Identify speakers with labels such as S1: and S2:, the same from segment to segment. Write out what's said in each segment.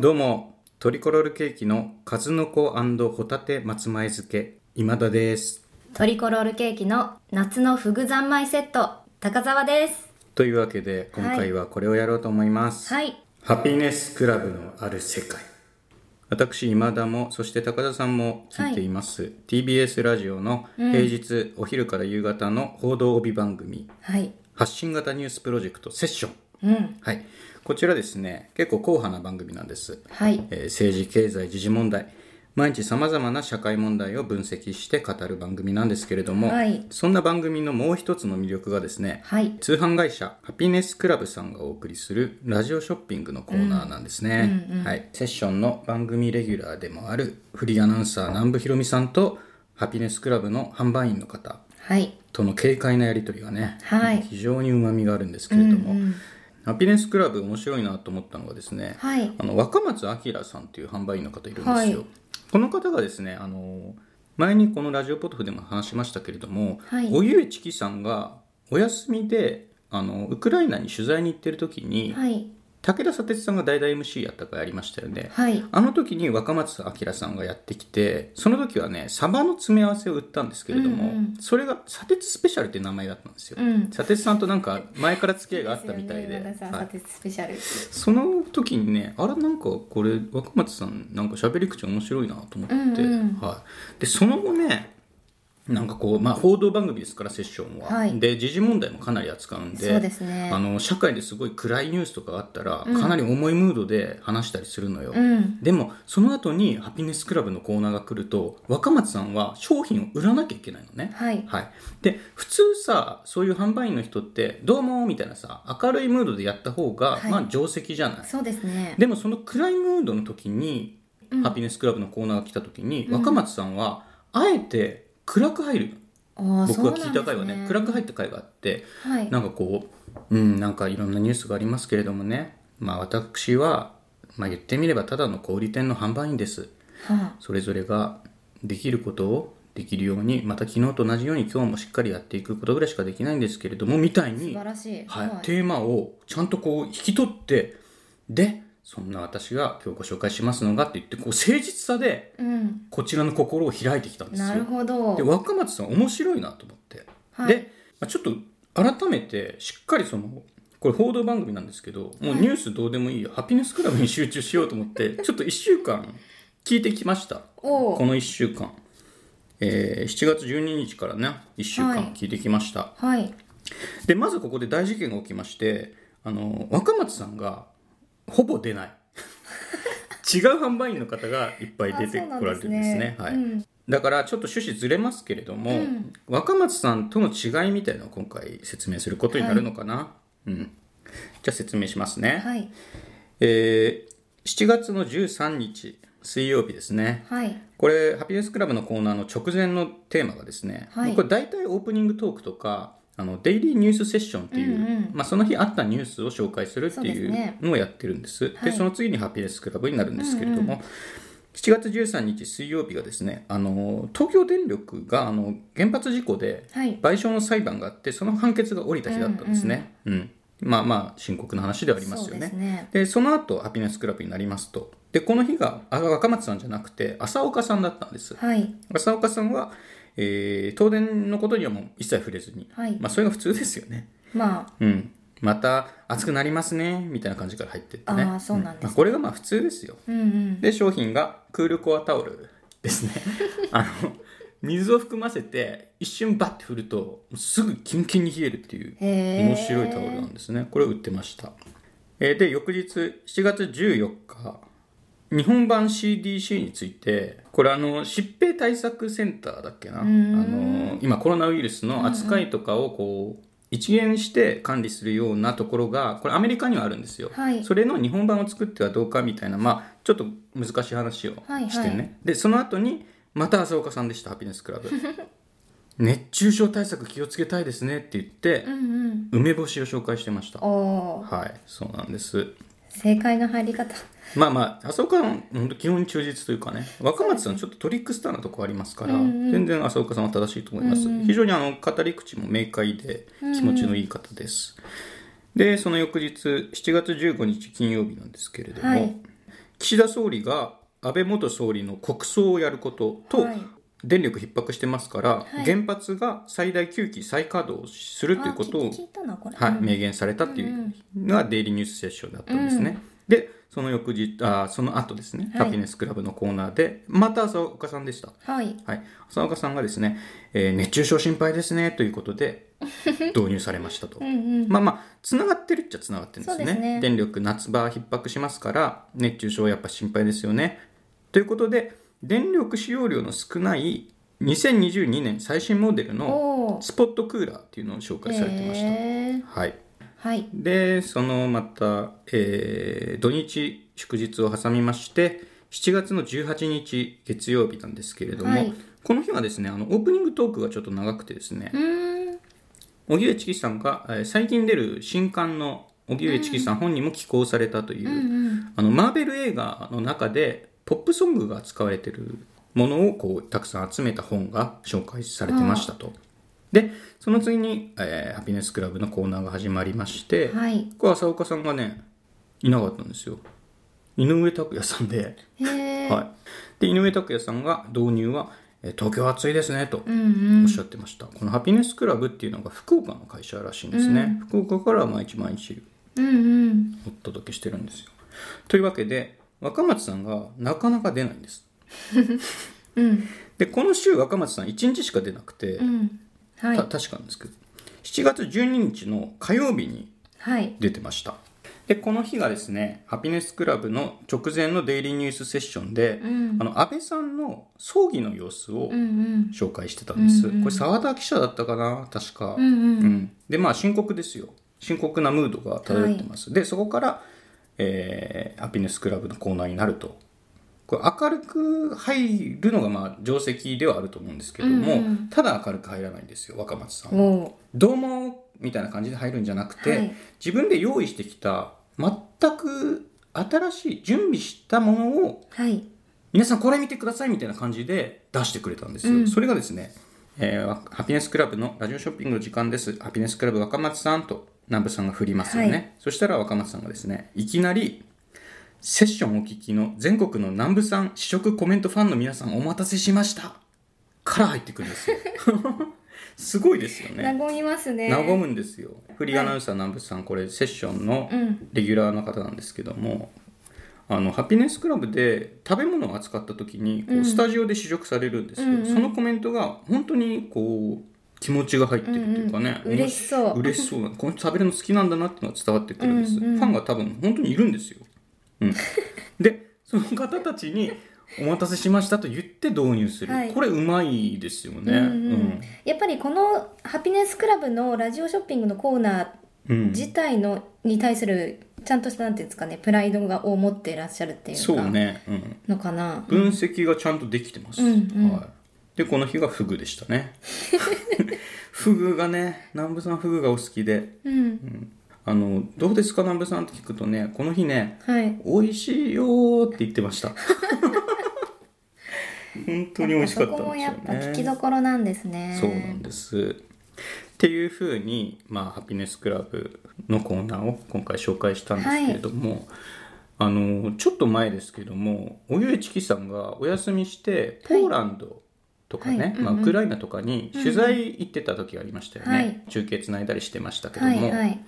S1: どうも、トリコロールケーキの数の子ホタテ松前漬け、今田です。
S2: トリコロールケーキの夏のフグ三昧セット高澤です
S1: というわけで、今回はこれをやろうと思います。
S2: はい
S1: ハピネスクラブのある世界。私、今田も、そして高田さんも聞いています。TBS ラジオの平日、お昼から夕方の報道帯番組、
S2: はい
S1: 発信型ニュースプロジェクトセッション。
S2: うん
S1: はい。こちらですね、結構硬派な番組なんです。
S2: はい
S1: えー政治経済時事問題毎日さまざまな社会問題を分析して語る番組なんですけれども、
S2: はい
S1: そんな番組のもう一つの魅力がですね、
S2: はい
S1: 通販会社ハピネスクラブさんがお送りするラジオショッピングのコーナーなんですね、はい、セッションの番組レギュラーでもあるフリーアナウンサー南部ひろみさんとハピネスクラブの販売員の方
S2: はい
S1: との軽快なやり取りがね、
S2: はい
S1: 非常にうまみがあるんですけれども、ハピネスクラブ面白いなと思ったのがですね、
S2: はい
S1: あの若松明さんという販売員の方いるんですよ、
S2: はい
S1: この方がですねあの前にこのラジオポトフでも話しましたけれども、
S2: はい
S1: おゆえちきさんがお休みであのウクライナに取材に行ってる時に、
S2: はい
S1: 武田砂鉄さんが代々 MC やったかやりましたよね、
S2: はい
S1: あの時に若松明さんがやってきてその時はねサバの詰め合わせを売ったんですけれども、
S2: うんうん
S1: それが砂鉄スペシャルって名前だったんですよ、
S2: うん
S1: 砂鉄さんとなんか前から付き合いがあったみたいで
S2: そうすよね
S1: は
S2: 長澤
S1: い
S2: さてスペシャル
S1: その時にねあれなんかこれ若松さんなんか喋り口面白いなと思って、
S2: うんうん
S1: はい、でその後ねなんかこう、まあ、報道番組ですからセッションは、
S2: はい
S1: で時事問題もかなり扱うんで
S2: そうですね
S1: あの社会ですごい暗いニュースとかがあったら、かなり重いムードで話したりするのよ、
S2: うん
S1: でもその後にハピネスクラブのコーナーが来ると若松さんは商品を売らなきゃいけないのね、
S2: はい
S1: はい、で普通さそういう販売員の人って「どうも」みたいなさ明るいムードでやった方が、
S2: はい
S1: まあ定石じゃない
S2: そうですね
S1: でもその暗いムードの時に、ハピネスクラブのコーナーが来た時に、若松さんはあえて暗く入るの僕が聞いた回はね暗く入った回があって
S2: くはい
S1: なんかこううんなんかいろんなニュースがありますけれどもねまあ私は、まあ、言ってみればただの小売店の販売員です
S2: は
S1: それぞれができることをできるようにまた昨日と同じように今日もしっかりやっていくことぐらいしかできないんですけれどもみたい
S2: あ素
S1: に、
S2: 晴
S1: はい
S2: らしい
S1: テーマをちゃんとこう引き取ってでそんな私が今日ご紹介しますのがって言ってこう誠実さで
S2: うん
S1: こちらの心を開いてきたんですよ。
S2: なるほど
S1: で若松さん面白いなと思って、
S2: はい
S1: でまあちょっと改めてしっかりそのこれ報道番組なんですけどもうニュースどうでもいいよ、ハピネスクラブに集中しようと思ってちょっと1週間聞いてきました
S2: おう
S1: この1週間、えー7月12日からね1週
S2: はい
S1: 間聞いてきました、
S2: はい
S1: でまずここで大事件が起きましてあの若松さんがほぼ出ない 違う販売員の方がいっぱい出てこられてるんですね
S2: あそ
S1: は、
S2: うないんですね
S1: だからちょっと趣旨ずれますけれども、
S2: うん
S1: 若松さんとの違いみたいなのを今回説明することになるのかな、うん、じゃあ説明しますね、
S2: はい
S1: えー7月の13日水曜日ですね
S2: はい
S1: これハピネスクラブのコーナーの直前のテーマがですね、
S2: はい
S1: これ大体オープニングトークとかあのデイリーニュースセッションっていう、
S2: うんうん
S1: まあ、その日あったニュースを紹介するってい
S2: そうですね
S1: うのをやってるんですで
S2: はい
S1: その次にハピネスクラブになるんですけれども、7月13日水曜日がですねあの東京電力があの原発事故で
S2: はい
S1: 賠償の裁判があってその判決が下りた日だったんですね、うんまあまあ深刻な話ではありますよ
S2: そうですね
S1: でその後ハピネスクラブになりますとでこの日があ若松さんじゃなくて浅岡さんだったんです
S2: はい
S1: 浅岡さんは、えー東電のことにはもう一切触れずに、
S2: はい
S1: まあそれが普通ですよね
S2: まあ
S1: うんまた暑くなりますねみたいな感じから入ってってね
S2: あーそうなんですね
S1: まあこれがまあ普通ですよ
S2: うんうん
S1: で商品がクールコアタオルです ねあの水を含ませて一瞬バッて振るともうすぐキンキンに冷えるっていう
S2: へー
S1: 面白いタオルなんですねこれを売ってました、えーで翌日7月14日日本版 CDC についてこれあの疾病対策センターだっけなあの今コロナウイルスの扱いとかをこう一元して管理するようなところがこれアメリカにはあるんですよ、
S2: はい
S1: それの日本版を作ってはどうかみたいなまあちょっと難しい話をしてね、
S2: はいはい
S1: でその後にまた浅岡さんでしたハピネスクラ ブ熱中症対策気をつけたいですねって言って、
S2: うん
S1: 梅干しを紹介してました
S2: うんおー
S1: はいそうなんです
S2: 正解の入り方
S1: まあまあ浅岡さん本当基本に忠実というかね若松さんちょっとトリックスターなとこありますから、全然浅岡さんは正しいと思います、非常にあの語り口も明快で気持ちのいい方です、でその翌日7月15日金曜日なんですけれども、
S2: はい
S1: 岸田総理が安倍元総理の国葬をやることと、
S2: はい
S1: 電力逼迫してますから、
S2: い
S1: 原発が最大9基再稼働するということ
S2: あ
S1: を
S2: 聞聞いたなこれ、
S1: はい、
S2: うん
S1: 明言されたっていうのがデイリーニュースセッションだったんですね。でその翌日あその後ですね、
S2: はい
S1: ハピネスクラブのコーナーでまた浅岡さんでした。
S2: はい
S1: はい、浅岡さんがですね、えー熱中症心配ですねということ で導入されましたと。
S2: うんうん
S1: まあまあつながってるっちゃつながってるんです
S2: そう
S1: ね
S2: ですね
S1: 電力夏場逼迫しますから熱中症やっぱ心配ですよねということで電力使用量の少ない2022年最新モデルの
S2: おー
S1: スポットクーラーっていうのを紹介されてました、
S2: へー
S1: はい
S2: はい
S1: でそのまた、えー土日祝日を挟みまして7月の18日月曜日なんですけれども、
S2: はい
S1: この日はですねあのオープニングトークがちょっと長くてですね
S2: うーん
S1: 荻上チキさんが、えー最近出る新刊の荻上チキさん本にも寄稿されたという、あのマーベル映画の中でポップソングが使われてるものをこうたくさん集めた本が紹介されてましたと。でその次に、えーハピネスクラブ」のコーナーが始まりまして、
S2: はい
S1: これ浅岡さんがねいなかったんですよ井上拓也さんで、
S2: へえ、
S1: はい、で井上拓也さんが導入は「えー東京は暑いですね」と
S2: うんうん
S1: おっしゃってました、このハピネスクラブっていうのが福岡の会社らしいんですね、福岡から毎日毎日
S2: うんうん
S1: お届けしてるんですよというわけで若松さんがなかなか出ないんです
S2: うん
S1: でこの週若松さん1日しか出なくて、
S2: うんはい
S1: た確かなんですけど7月12日の火曜日に
S2: はい
S1: 出てましたでこの日がですねハピネスクラブの直前のデイリーニュースセッションで、
S2: うん
S1: あの安倍さんの葬儀の様子を
S2: うんうん
S1: 紹介してたんです、
S2: うんうん
S1: これ澤田記者だったかな確か、
S2: うんうん
S1: うんでまあ深刻ですよ深刻なムードが漂ってます、でそこから、えーハピネスクラブのコーナーになるとこれ明るく入るのがまあ定石ではあると思うんですけども、
S2: うんうん
S1: ただ明るく入らないんですよ若松さんは
S2: おー
S1: どうもみたいな感じで入るんじゃなくて、
S2: はい
S1: 自分で用意してきた全く新しい準備したものを
S2: はい
S1: 皆さんこれ見てくださいみたいな感じで出してくれたんですよ、
S2: うん
S1: それがですね、えーハピネスクラブのラジオショッピングの時間ですハピネスクラブ若松さん」と南部さんが振りますよね、
S2: はい
S1: そしたら若松さんがですねいきなり「セッションお聞きの全国の南部さん試食コメントファンの皆さんお待たせしました」から入ってくるん ですよすごいですよね
S2: 和みますね
S1: 和むんですよフリーアナウンサー南部さんこれセッションの
S2: うん
S1: レギュラーの方なんですけどもあのハピネスクラブで食べ物を扱った時にこ
S2: う
S1: うんスタジオで試食されるんですよ、
S2: うんうん
S1: そのコメントが本当にこう気持ちが入ってるっていうかね、
S2: うんうん嬉しそう
S1: 嬉しそうなこの人食べるの好きなんだなっていうのが伝わってくるんです、
S2: うんうん
S1: ファンが多分本当にいるんですよ、うん、でその方たちに「お待たせしました」と言って導入する、
S2: はい
S1: これうまいですよね
S2: うんうんやっぱりこのハピネスクラブのラジオショッピングのコーナー
S1: うんうん
S2: 自体のに対するちゃんとしたなんていうんですかねプライドがを持っていらっしゃるっていうか
S1: そうね、うん、
S2: のかな
S1: 分析がちゃんとできてます、
S2: うんうん
S1: はい、でこの日がフグでしたね フグがね南部さんフグがお好きで
S2: うん
S1: あの「どうですか南部さん?」って聞くとねこの日ね
S2: は
S1: 「
S2: い
S1: 美味しいよ」って言ってました 本当に美味しかったん
S2: そこも
S1: です
S2: や
S1: よ
S2: っぱ聞き
S1: ね
S2: どころなんですね
S1: そうなんですっていうふうに、まあ、ハピネスクラブのコーナーを今回紹介したんですけれども、あのちょっと前ですけどもおゆえちきさんがお休みしてポ
S2: はい
S1: ーランドとかね、
S2: はいうんうん
S1: まあ、ウクライナとかに取材行ってた時がありましたよね、
S2: はい
S1: 中継つないだりしてましたけど
S2: は
S1: も、
S2: いはい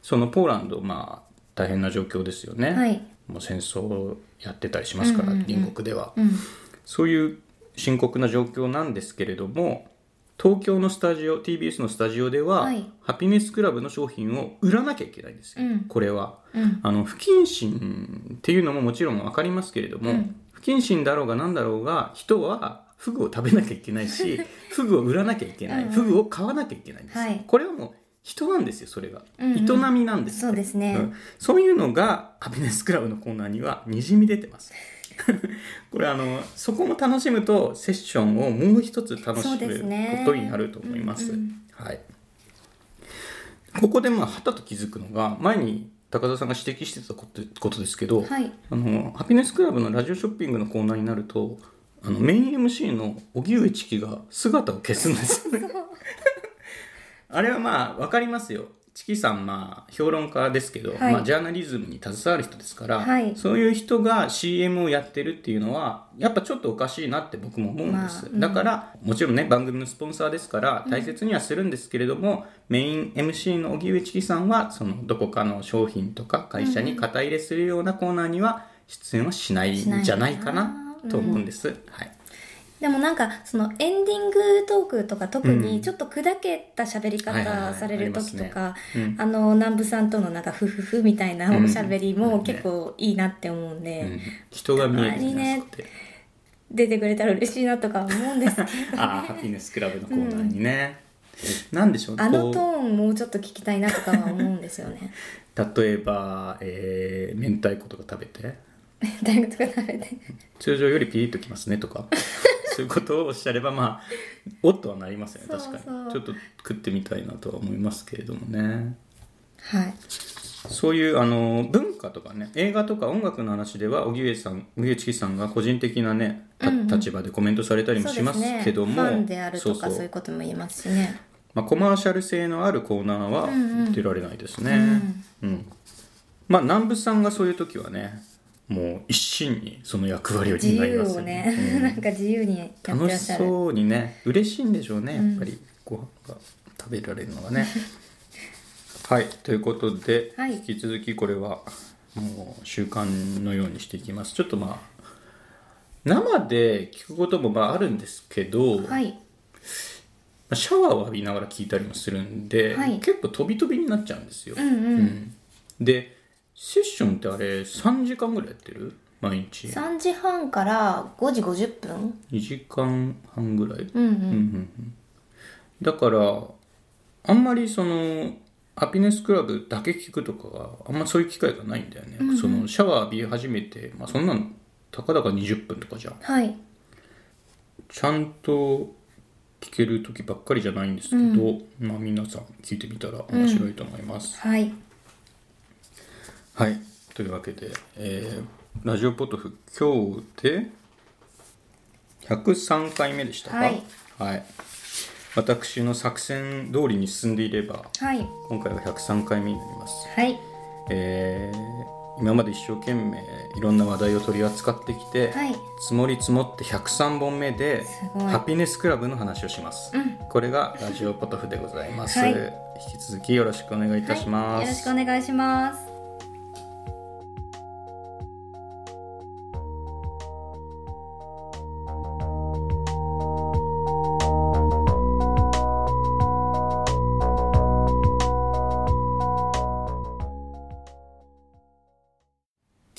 S1: そのポーランドまあ大変な状況ですよね、
S2: はい
S1: もう戦争やってたりしますから、
S2: うんうんうん
S1: 隣国では。
S2: うん
S1: そういう深刻な状況なんですけれども東京のスタジオ TBS のスタジオでは、
S2: はい
S1: ハピネスクラブの商品を売らなきゃいけないんですよ、
S2: うん
S1: これは。
S2: うん
S1: あの不謹慎っていうのももちろん分かりますけれども、
S2: うん
S1: 不謹慎だろうが何だろうが人はフグを食べなきゃいけないし フグを売らなきゃいけない、
S2: うん
S1: フグを買わなきゃいけないんですよ、
S2: はい
S1: これはもう人なんですよそれが、
S2: うんうん
S1: 営みなんですよ
S2: そうですね
S1: うんそういうのがハピネスクラブのコーナーにはにじみ出てます これあのそこも楽しむとセッションをもう一つ楽し
S2: そう
S1: むこ
S2: ですね
S1: とになると思います
S2: うんうん
S1: はい、ここでまあはたと気づくのが前に高田さんが指摘してたことことですけど、
S2: はい
S1: あのハピネスクラブのラジオショッピングのコーナーになるとあのメイン MC の荻上チキが姿を消すんですよねあれはまあ分かりますよチキさんまあ評論家ですけど、
S2: はい
S1: まあ、ジャーナリズムに携わる人ですから、
S2: はい
S1: そういう人が CM をやってるっていうのはやっぱちょっとおかしいなって僕も思うんです、
S2: まあうん
S1: だからもちろんね番組のスポンサーですから大切にはするんですけれども、メイン MC の荻上チキさんはそのどこかの商品とか会社に肩入れするようなコーナーには出演はしないんじゃないかなと思うんです、はい
S2: でもなんかそのエンディングトークとか特
S1: う
S2: に
S1: ん
S2: ちょっと砕けた喋り
S1: はいはいはい
S2: 方される時とか、
S1: ありますねうん
S2: あの南部さんとのなんかフフフみたいなおしゃべり
S1: うんうんう
S2: も
S1: ん
S2: 結構いいなって思うんで、
S1: うん、人が見えてなくて、
S2: 出てくれたら嬉しいなとか思うんです けど
S1: ああハピネスクラブのコーナーにね、なんでしょう
S2: あのト
S1: こ
S2: ーンもうちょっと聞きたいなとかは思うんですよ ね。
S1: う例えば、えー明太子とか食べて
S2: 大学とか食べて
S1: 通常よりピリッときますねと かそういうことをおっしゃればまあおっとはなりますよね確かに
S2: そうそう
S1: ちょっと食ってみたいなとは思いますけれどもね
S2: はい
S1: そういうあの文化とかね映画とか音楽の話では荻上さん荻上チキさんが個人的なね、た
S2: うんうん
S1: 立場でコメントされたりも
S2: そう
S1: し
S2: で
S1: ますす
S2: ね
S1: けども
S2: ファンであると
S1: そ
S2: か
S1: う
S2: そ
S1: そう
S2: いうことも言いますしね
S1: まあ、コマーシャル性のあるコーナーは
S2: うんうん
S1: 出られないですね。うんまあ南部さんがそういう時はねもう一心にその役割を
S2: 自
S1: 担い
S2: 由
S1: ます
S2: を
S1: よ
S2: ね
S1: ね。、
S2: なんか自由にやって
S1: うん
S2: らっ
S1: 楽し
S2: しゃる
S1: そうにね嬉しいんでしょうねやっぱり、ご飯が食べられるのがね。 はいということで、
S2: はい
S1: 引き続きこれはもう習慣のようにしていきます。ちょっとまあ生で聞くこともまああるんですけど、
S2: はい
S1: まあシャワーを浴びながら聞いたりもするんで、
S2: はい
S1: 結構飛び飛びになっちゃうんですよ、
S2: うんうん、
S1: うんでセッションってあれ3時間ぐらいやってる毎日
S2: 3時半から5時50分
S1: 2時間半ぐらい、
S2: うんう
S1: うんうん
S2: ん
S1: うんだからあんまりそのハピネスクラブだけ聞くとかはあんまそういう機会がないんだよね、そのシャワー浴び始めて、まあ、そんなんたかだか20分とかじゃん
S2: はい
S1: ちゃんと聞ける時ばっかりじゃないんですけど、まあ皆さん聞いてみたら面白いと思います。
S2: はい
S1: はいというわけで、えーラジオポトフ今日で103回目でしたか、
S2: はい
S1: はい私の作戦通りに進んでいれば
S2: はい
S1: 今回は103回目になります。
S2: はい
S1: えー今まで一生懸命いろんな話題を取り扱ってきて、
S2: はい
S1: 積もり積もって103本目です
S2: ごい
S1: ハピネスクラブの話をします、これがラジオポトフでございます、
S2: はい
S1: 引き続きよろしくお願いいたします、
S2: はい、よろしくお願いします